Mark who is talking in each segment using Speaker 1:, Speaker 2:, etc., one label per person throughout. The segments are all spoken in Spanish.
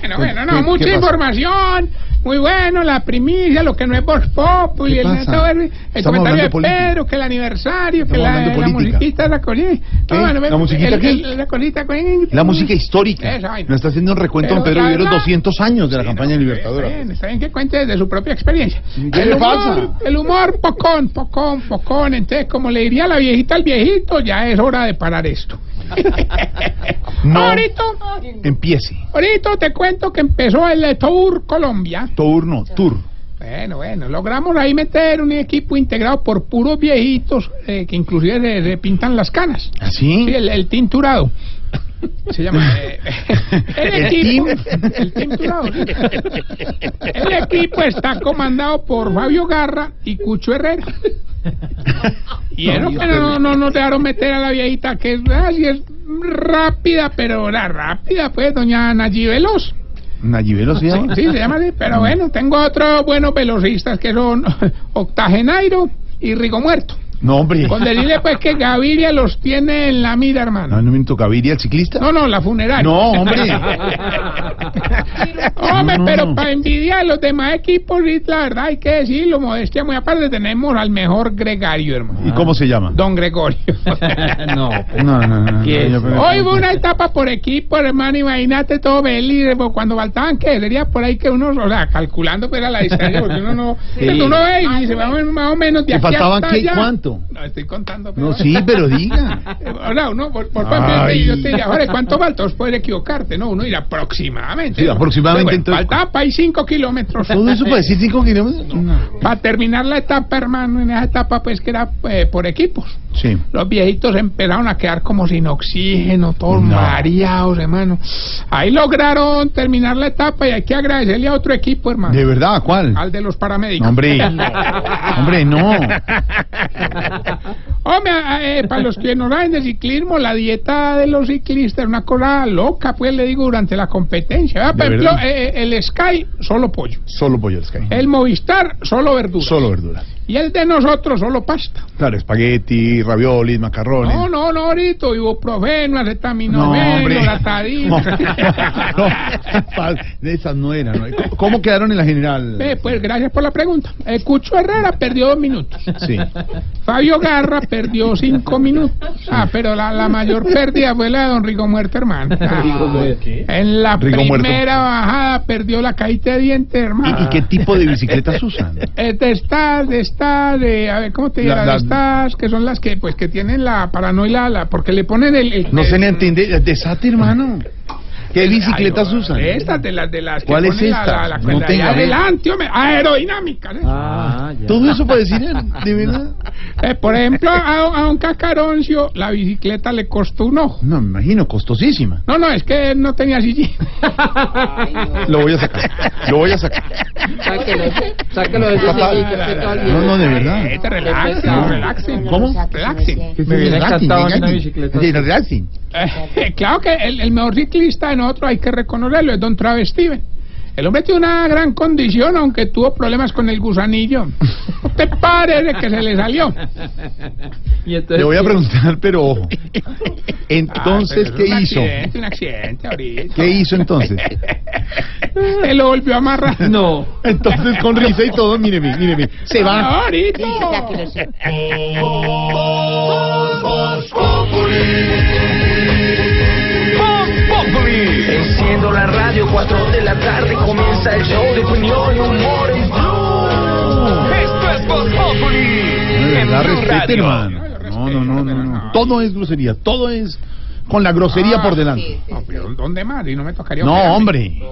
Speaker 1: Bueno, bueno, no,
Speaker 2: ¿Qué- qué
Speaker 1: mucha
Speaker 2: pasa?
Speaker 1: información. Muy bueno, la primicia, lo que no es Vox Populi,
Speaker 2: ¿Qué
Speaker 1: el,
Speaker 2: pasa?
Speaker 1: todo el, el
Speaker 2: Estamos
Speaker 1: comentario de
Speaker 2: hablando de
Speaker 1: Pedro, que el aniversario, que
Speaker 2: Estamos
Speaker 1: la,
Speaker 2: hablando de
Speaker 1: la
Speaker 2: política.
Speaker 1: musiquita, la cosita.
Speaker 2: ¿Qué? ¿La musiquita
Speaker 1: el-
Speaker 2: qué?
Speaker 1: el- La cosita con-
Speaker 2: La música histórica.
Speaker 1: Esa vaina.
Speaker 2: Nos está haciendo un recuento, don
Speaker 1: Pero
Speaker 2: Pedro
Speaker 1: la
Speaker 2: Viveros,
Speaker 1: verdad-
Speaker 2: 200 años de la
Speaker 1: Sí,
Speaker 2: campaña
Speaker 1: no,
Speaker 2: libertadora.
Speaker 1: Está bien, está bien que cuente de su propia experiencia.
Speaker 2: ¿Qué
Speaker 1: el
Speaker 2: le
Speaker 1: humor,
Speaker 2: pasa?
Speaker 1: El humor, pocón, pocón, pocón. Entonces, como le diría la viejita al viejito, ya es hora de parar esto.
Speaker 2: No.
Speaker 1: Ahorita,
Speaker 2: Empiece.
Speaker 1: ahorita te cuento que empezó el Tour Colombia.
Speaker 2: Tour no, tour.
Speaker 1: Bueno, bueno, logramos ahí meter un equipo integrado por puros viejitos eh, que inclusive se, se pintan las canas.
Speaker 2: ¿Así?
Speaker 1: Sí, el, el tinturado. Se llama. eh, el,
Speaker 2: ¿El
Speaker 1: equipo.
Speaker 2: tin?
Speaker 1: El tinturado. El equipo está comandado por Fabio Garra y Cucho Herrera. Y eso que no, no nos dejaron meter a la viejita, que es, ah, sí es rápida, pero la rápida, pues, doña Nayi Veloz.
Speaker 2: Nayibelo se llama.
Speaker 1: Sí, se llama así, pero bueno, tengo otros buenos velocistas que son Octagenairo y Rigo Muerto.
Speaker 2: No, hombre.
Speaker 1: Con decirle pues que Gaviria los tiene en la mira,
Speaker 2: No,
Speaker 1: hermano.
Speaker 2: no me toca Viria, el ciclista.
Speaker 1: No, no, la funeraria.
Speaker 2: No, hombre.
Speaker 1: Hombre,
Speaker 2: No, no,
Speaker 1: pero
Speaker 2: no.
Speaker 1: para envidiar a los demás equipos, sí, la verdad hay que decirlo, modestia muy aparte, tenemos al mejor gregario, hermano.
Speaker 2: ¿Y cómo se llama?
Speaker 1: Don Gregorio.
Speaker 3: no.
Speaker 2: No, no, no. no,
Speaker 3: ¿Qué es?
Speaker 2: yo- pero-
Speaker 1: Hoy hubo una etapa por equipo, hermano, imagínate todo feliz, pues, cuando faltaban que sería por ahí que uno, o sea, calculando pero a la distancia, porque uno no,
Speaker 3: Sí.
Speaker 1: pues, uno ve y dice más o menos- más o menos de
Speaker 2: ¿Y
Speaker 1: aquí
Speaker 2: faltaban
Speaker 1: hasta
Speaker 2: qué?
Speaker 1: allá.
Speaker 2: ¿Cuánto?
Speaker 1: No, estoy contando. pero-
Speaker 2: No, sí, pero diga.
Speaker 1: Eh, Ahora uno, por, por
Speaker 2: Ay.
Speaker 1: parte de- este, yo te diría, ahora, ¿cuánto falta? Os puede equivocarte, ¿no? Uno irá aproximadamente.
Speaker 2: Sí,
Speaker 1: ¿no?
Speaker 2: aproximadamente,
Speaker 1: Bueno,
Speaker 2: entonces-
Speaker 1: faltaba para ahí 5 kilómetros.
Speaker 2: ¿Todo eso para decir 5 kilómetros? No.
Speaker 1: Para terminar la etapa, hermano, en esa etapa, pues que era eh, por equipos.
Speaker 2: Sí.
Speaker 1: Los viejitos empezaron a quedar como sin oxígeno, todos
Speaker 2: No.
Speaker 1: mareados, hermano. Ahí lograron terminar la etapa y hay que agradecerle a otro equipo, hermano.
Speaker 2: ¿De verdad? ¿Cuál?
Speaker 1: Al de los paramédicos.
Speaker 2: No, hombre. Hombre, no.
Speaker 1: Hombre, ah, eh, para los que no saben de ciclismo, la dieta de los ciclistas es una cosa loca, pues le digo, durante la competencia. ¿verdad?
Speaker 2: De
Speaker 1: Por ejemplo,
Speaker 2: verdad.
Speaker 1: eh, el Sky, solo pollo.
Speaker 2: Solo pollo al sky.
Speaker 1: El Movistar, solo verdura.
Speaker 2: Solo verduras.
Speaker 1: Y el de nosotros, solo pasta.
Speaker 2: Claro, espagueti, raviolis, macarrones.
Speaker 1: No, no, no, ahorita, ibuprofeno, acetaminofeno, la latadina.
Speaker 2: No, no, pa- de esas no eran. ¿no? ¿Cómo- ¿Cómo quedaron en la general?
Speaker 1: Eh, pues gracias por la pregunta. Eh, Cucho Herrera perdió dos minutos.
Speaker 2: Sí.
Speaker 1: Fabio Garra perdió cinco minutos. Ah, pero la, la mayor pérdida fue la de Don Rigo Muerto, hermano. Ah,
Speaker 2: pues,
Speaker 1: en la
Speaker 2: Rigo Muerto.
Speaker 1: primera bajada perdió la caída de dientes,
Speaker 2: ¿Y, y
Speaker 1: hermano.
Speaker 2: qué tipo de bicicletas usan?
Speaker 1: Eh, de estas, de estas, de, a ver, ¿cómo te digo?
Speaker 2: La- la-
Speaker 1: De estas, que son las que, pues, que tienen la paranoia, la, porque le ponen el... el-
Speaker 2: No se
Speaker 1: el-
Speaker 2: le entiende. Desate, hermano. ¿Qué bicicletas
Speaker 1: Ay, no,
Speaker 2: usan?
Speaker 1: Estas, de las, de las que
Speaker 2: ¿Cuál es
Speaker 1: ponen la-
Speaker 2: esta?
Speaker 1: la- la
Speaker 2: No
Speaker 1: cuerda de
Speaker 2: tenga, a ver.
Speaker 1: adelante, hombre, aerodinámicas, ¿eh?
Speaker 3: Ah, ya.
Speaker 2: Todo eso para decir, de verdad.
Speaker 1: Eh, por ejemplo, a, a don Cacaroncio la bicicleta le costó un ojo.
Speaker 2: No, me imagino, costosísima.
Speaker 1: No, no, es que él no tenía sillín.
Speaker 2: Lo voy a sacar. Lo voy a sacar.
Speaker 4: Sáquelo, sáquelo de ese
Speaker 2: Papá,
Speaker 4: sitio, que todo el
Speaker 2: No, no, de verdad.
Speaker 1: Eh, te relaxes,
Speaker 2: No.
Speaker 1: relaxen.
Speaker 2: ¿Cómo?
Speaker 1: Relaxen.
Speaker 3: Me hubiera
Speaker 2: Relaxing,
Speaker 3: encantado
Speaker 2: relaxing.
Speaker 3: una bicicleta
Speaker 2: Sí, relaxing.
Speaker 1: Eh, claro que el, el mejor ciclista de nosotros, hay que reconocerlo, es don Travestiven. El hombre tiene una gran condición, aunque tuvo problemas con el gusanillo. No te pares de que se le salió. Ah,
Speaker 3: Y entonces,
Speaker 2: Le voy a preguntar, pero ojo. Entonces,
Speaker 1: Ah,
Speaker 2: ¿qué
Speaker 1: pero es
Speaker 2: hizo?
Speaker 1: Un accidente, un accidente ahorita.
Speaker 2: ¿Qué hizo entonces?
Speaker 1: Se lo volvió a amarrar.
Speaker 3: No.
Speaker 2: Entonces, con risa y todo, míreme, míreme. Se va.
Speaker 1: Ahorita.
Speaker 5: Enciendo la radio, 4 de la tarde comienza el show de opinión y humor en Blue. Esto es Voz Populi.
Speaker 2: De verdad,
Speaker 5: En Blue
Speaker 2: respete,
Speaker 5: Radio.
Speaker 2: hermano. No, no, no, no, no. Todo es grosería, todo es con la grosería
Speaker 1: Ah,
Speaker 2: por delante.
Speaker 1: No, pero ¿dónde más? Y no me tocaría.
Speaker 2: Este, No,
Speaker 1: operarme.
Speaker 2: hombre.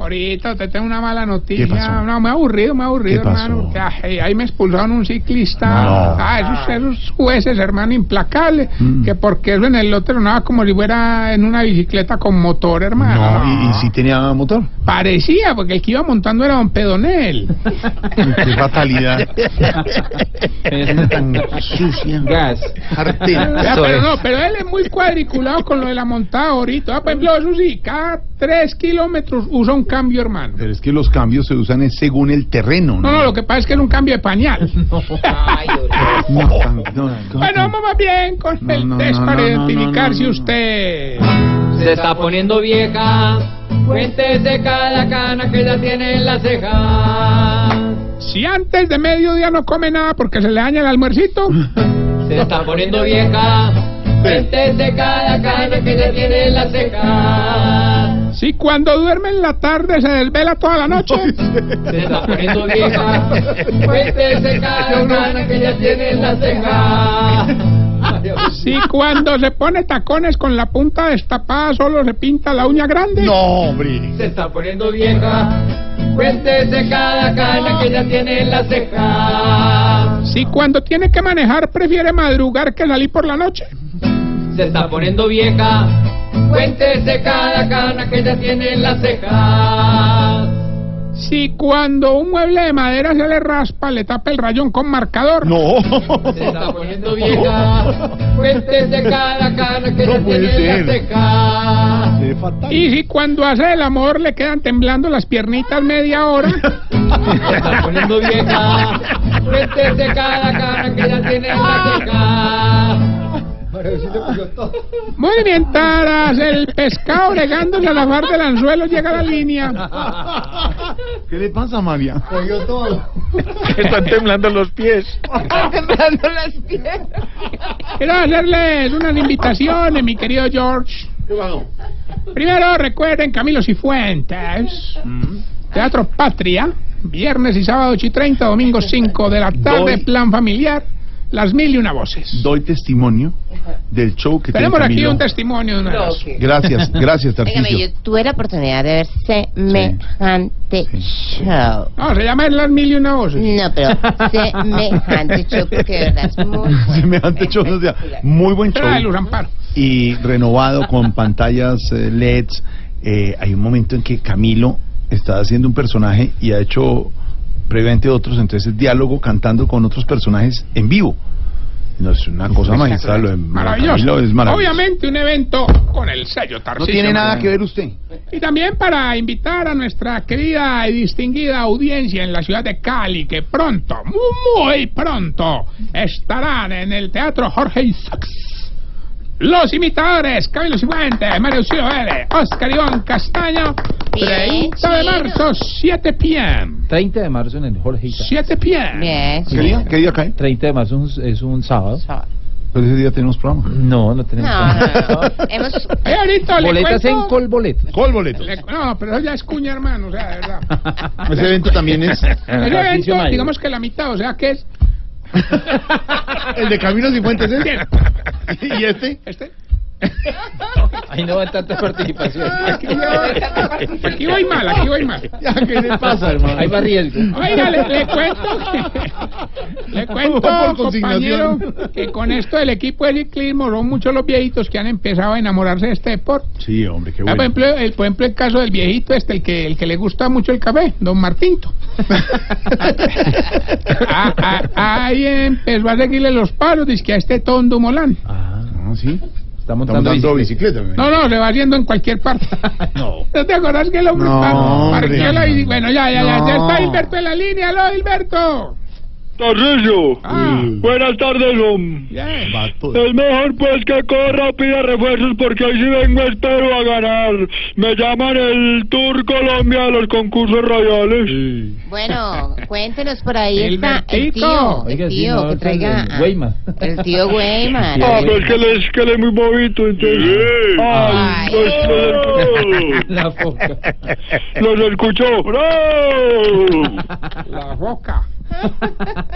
Speaker 1: Ahorita te tengo una mala noticia.
Speaker 2: ¿Qué pasó?
Speaker 1: No, me ha aburrido, me ha aburrido,
Speaker 2: ¿Qué pasó?
Speaker 1: hermano. porque, ay, ahí me expulsaron un ciclista.
Speaker 2: No.
Speaker 1: Ah, esos, esos jueces, hermano, implacables.
Speaker 2: Mm.
Speaker 1: Que porque eso en el otro nada como si fuera en una bicicleta con motor, hermano.
Speaker 2: No, y, y si tenía motor.
Speaker 1: Parecía, porque el que iba montando era don Pedonel.
Speaker 2: Qué fatalidad.
Speaker 3: Es
Speaker 2: Tan sucia.
Speaker 3: Gas.
Speaker 2: Jartera.
Speaker 1: Ya,
Speaker 3: Eso
Speaker 1: pero
Speaker 3: es.
Speaker 1: no, pero él es muy cuadriculado con lo de la montada ahorita. Ah, por ejemplo, eso sí, cada tres kilómetros usa un cambio, hermano.
Speaker 2: Pero es que los cambios se usan es según el terreno,
Speaker 1: No,
Speaker 2: ¿no?
Speaker 1: no, lo que pasa es que es un cambio de pañal.
Speaker 2: No, tan- no, no,
Speaker 1: Bueno,
Speaker 2: tan-
Speaker 1: vamos más bien con
Speaker 2: No,
Speaker 1: el
Speaker 2: no,
Speaker 1: test
Speaker 2: no,
Speaker 1: para
Speaker 2: no, no,
Speaker 1: identificar
Speaker 2: no, no,
Speaker 1: si
Speaker 2: no.
Speaker 1: usted
Speaker 3: Se está poniendo vieja. Cuéntese cada cana que ya tiene en las cejas.
Speaker 1: Si antes de mediodía no come nada porque se le daña el almuercito,
Speaker 3: Se está poniendo vieja. Cuéntese cada cana que ya tiene en las cejas.
Speaker 1: si cuando duerme en la tarde se desvela toda la noche,
Speaker 3: Se está poniendo vieja. Cuéntese cada cana que ya tiene en las cejas.
Speaker 1: si cuando se pone tacones con la punta destapada solo se pinta la uña grande,
Speaker 2: No, hombre.
Speaker 3: Se está poniendo vieja. Cuéntese cada cana que ya tiene en las cejas.
Speaker 1: si cuando tiene que manejar prefiere madrugar que salir por la noche,
Speaker 3: Se está poniendo vieja. Cuéntese cada cana que ya tiene en las cejas.
Speaker 1: si cuando un mueble de madera se le raspa le tapa el rayón con marcador,
Speaker 2: No.
Speaker 3: Se está poniendo vieja. Cuéntese cada cana que
Speaker 2: No
Speaker 3: ya
Speaker 2: puede
Speaker 3: tiene
Speaker 2: ser.
Speaker 3: en las cejas.
Speaker 2: Es fatal.
Speaker 1: y si cuando hace el amor le quedan temblando las piernitas media hora,
Speaker 3: Se está poniendo vieja. Cuéntese cada cana que ya tiene en las cejas.
Speaker 1: mientras el pescado regándose a la par del anzuelo llega a la línea.
Speaker 2: ¿Qué le pasa, María?
Speaker 5: Están temblando los pies.
Speaker 1: Quiero hacerles unas invitaciones, mi querido George. Primero, recuerden Camilo Cifuentes,
Speaker 2: Mm.
Speaker 1: Teatro Patria, viernes y sábado 8 y 30, domingo 5 de la tarde,
Speaker 2: Doy-
Speaker 1: plan familiar, las mil y una voces.
Speaker 2: Doy testimonio del show que
Speaker 1: Tenemos aquí
Speaker 2: Camilo.
Speaker 1: un testimonio de una de las-
Speaker 2: Gracias, gracias,
Speaker 6: Óigame,
Speaker 2: Tarcicio.
Speaker 6: yo tuve la oportunidad de ver semejante show.
Speaker 1: No, se llama Las Mil y Una Voces.
Speaker 6: No, pero semejante show, porque de verdad es muy bueno.
Speaker 2: Semejante
Speaker 6: es
Speaker 2: show, o sea,
Speaker 6: espectacular.
Speaker 2: muy buen
Speaker 1: Era de Luz
Speaker 2: show.
Speaker 1: Amparo.
Speaker 2: Y renovado con pantallas eh, LEDs. Eh, hay un momento en que Camilo está haciendo un personaje y ha hecho previamente otros, entonces diálogo cantando con otros personajes en vivo. No, es una cosa magistral. Lo de
Speaker 1: Maravilloso.
Speaker 2: Camilo es maravilloso.
Speaker 1: Obviamente un evento con el sello
Speaker 2: No
Speaker 1: Tarcisio.
Speaker 2: tiene nada que ver usted.
Speaker 1: Y también para invitar a nuestra querida y distinguida audiencia en la ciudad de Cali, que pronto, muy, muy pronto, estarán en el Teatro Jorge Isaacs. Los imitadores, Camilo Cifuentes, Mario Ciro Vélez, Oscar Iván Castaño, 30 de
Speaker 6: chido.
Speaker 1: marzo, 7 p.m.
Speaker 3: 30 de marzo en el Jorge
Speaker 1: 7 p.m.
Speaker 6: Bien.
Speaker 2: ¿Qué día? ¿Qué día cae?
Speaker 3: 30 de marzo es un sábado.
Speaker 2: Pero ese día tenemos programa.
Speaker 3: No, no
Speaker 6: No,
Speaker 3: tenemos.
Speaker 6: no, no. Hemos...
Speaker 1: Eh, ahorita le
Speaker 3: Boletas en
Speaker 1: cuento-
Speaker 3: Colbolet.
Speaker 2: Col boleto.
Speaker 1: le- No, pero eso ya es cuña, hermano, o sea, de verdad.
Speaker 2: Ese evento también es
Speaker 1: El
Speaker 3: Tarcisio
Speaker 1: evento,
Speaker 3: Mayo.
Speaker 1: digamos que la mitad, o sea que es...
Speaker 2: el de Camilo Cifuentes. ¿eh? ¿Y este?
Speaker 1: Este...
Speaker 3: Ahí no va a entrar tanta participación.
Speaker 1: Aquí voy- aquí voy mal, aquí voy mal.
Speaker 2: ¿Qué le pasa,
Speaker 3: Ahí va riesgo.
Speaker 1: Oiga, le, le cuento que, le cuento,
Speaker 2: Por
Speaker 1: compañero,
Speaker 2: consignación.
Speaker 1: que con esto del equipo de ciclismo son muchos los viejitos que han empezado a enamorarse de este deporte.
Speaker 2: Sí, hombre, qué
Speaker 1: Ah, por,
Speaker 2: bueno.
Speaker 1: ejemplo, el, por ejemplo, el caso del viejito este, el que, el que le gusta mucho el café, don Martinto. Ah, ah, ahí empezó a seguirle los palos, dice que a este tondo Molán.
Speaker 2: Ah, sí.
Speaker 3: Está
Speaker 2: Estamos
Speaker 3: montando
Speaker 2: dando
Speaker 3: bici.
Speaker 2: bicicleta. me
Speaker 1: No, no, le va haciendo en cualquier parte.
Speaker 2: No.
Speaker 1: ¿No te acordás que el hombre
Speaker 2: No,
Speaker 1: par-
Speaker 2: hombre.
Speaker 1: parqueó la bici? Bueno, ya, ya, ya, ya
Speaker 2: No.
Speaker 1: está Gilberto en la línea, aló Gilberto.
Speaker 7: Tarrillo,
Speaker 1: Ah,
Speaker 7: buenas tardes, hom.
Speaker 1: bien.
Speaker 2: Va todo.
Speaker 7: Es mejor pues que corra, pida refuerzos porque hoy sí vengo espero a ganar. Me llaman el Tour Colombia de los concursos royales.
Speaker 6: Bueno, cuéntenos por ahí
Speaker 1: El
Speaker 6: está el
Speaker 1: Bertico.
Speaker 6: tío, el
Speaker 3: Oiga, sí,
Speaker 6: tío
Speaker 3: no,
Speaker 6: que
Speaker 3: es
Speaker 6: traiga
Speaker 3: el
Speaker 6: a-
Speaker 3: Weimar.
Speaker 6: el tío Weimar.
Speaker 3: Sí,
Speaker 7: Ah,
Speaker 3: güey.
Speaker 7: pues que les que le es muy bobito, entonces. Ay,
Speaker 6: Ay.
Speaker 7: pues los,
Speaker 3: La foca.
Speaker 7: los escucho. ¡Bravo!
Speaker 1: La boca.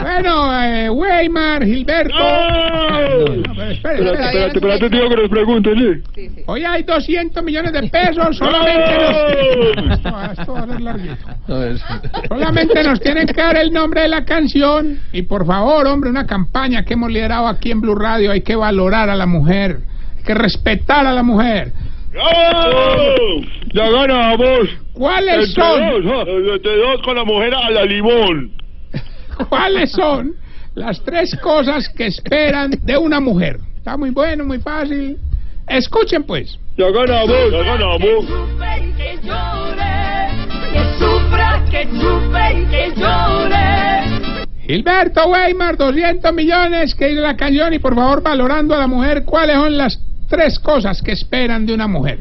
Speaker 1: bueno, eh, Weimar, Gilberto.
Speaker 7: ¡Bravo!
Speaker 1: No, pero espere,
Speaker 7: Espérate,
Speaker 1: espere.
Speaker 7: espérate, espérate, tío, que les pregunto, ¿sí?
Speaker 1: Hoy hay 200 millones de pesos, solamente nos... No, esto va a ser larguito. Solamente nos tienen que dar el nombre de la canción. Y por favor, hombre, una campaña que hemos liderado aquí en Blue Radio. Hay que valorar a la mujer. Hay que respetar a la mujer.
Speaker 7: ¡Bravo! Ya ganamos.
Speaker 1: ¿Cuáles
Speaker 7: Entre
Speaker 1: son?
Speaker 7: dos, ah, entre dos con la mujer a la limón.
Speaker 1: ¿Cuáles son las tres cosas que esperan de una mujer? Está muy bueno, muy fácil. Escuchen pues.
Speaker 7: Ya ganamos, ya ganamos.
Speaker 1: Gilberto Weimar, 200 millones que ir la cañón y por favor valorando a la mujer, ¿cuáles son las tres cosas que esperan de una mujer?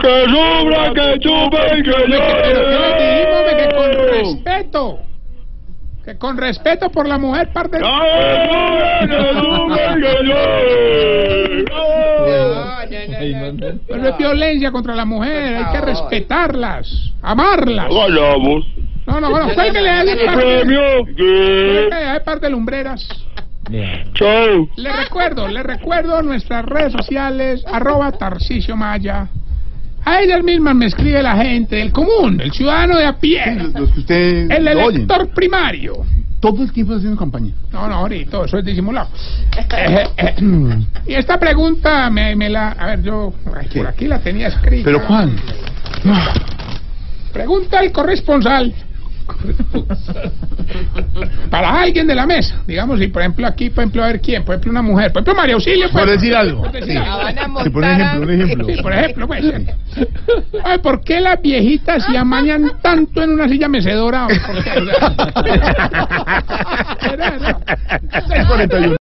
Speaker 7: Que sobra, que chupe y que
Speaker 1: Pero yo les dijimos de que con
Speaker 7: llore.
Speaker 1: respeto, que con respeto por la mujer parte.
Speaker 7: ¡Que sobre, que chupe y que llore!
Speaker 1: Pero es violencia contra la mujer, hay que respetarlas, amarlas.
Speaker 7: Ganamos.
Speaker 1: No, no, bueno, usted que le hace parte,
Speaker 7: Premio.
Speaker 1: usted
Speaker 7: de-
Speaker 1: que le hace parte de lumbreras.
Speaker 7: Chao.
Speaker 1: Les recuerdo, les recuerdo nuestras redes sociales, arroba Tarcisio Maya. A ellas mismas me escribe la gente, el común, el ciudadano de a pie,
Speaker 2: Los que ustedes
Speaker 1: el
Speaker 2: lo oyen.
Speaker 1: elector primario.
Speaker 2: Todo el tiempo haciendo campaña.
Speaker 1: No, no, ahorita, eso es disimulado. Eh, y esta pregunta me, me la... A ver, yo ay,
Speaker 2: ¿Qué?
Speaker 1: por aquí la tenía escrita.
Speaker 2: Pero Juan,
Speaker 1: Pregunta al corresponsal. Para alguien de la mesa, digamos, y por ejemplo aquí, por ejemplo, a ver quién, por ejemplo una mujer, por ejemplo María Auxilio,
Speaker 2: por
Speaker 1: pues.
Speaker 2: decir algo.
Speaker 1: Por decir
Speaker 2: Sí.
Speaker 1: algo.
Speaker 2: Sí, por ejemplo, un ejemplo.
Speaker 1: Sí, por ejemplo, pues. Ay, ¿por qué las viejitas se amañan tanto en una silla mecedora? ¿Por qué? O sea, ¿verdad?
Speaker 2: 641.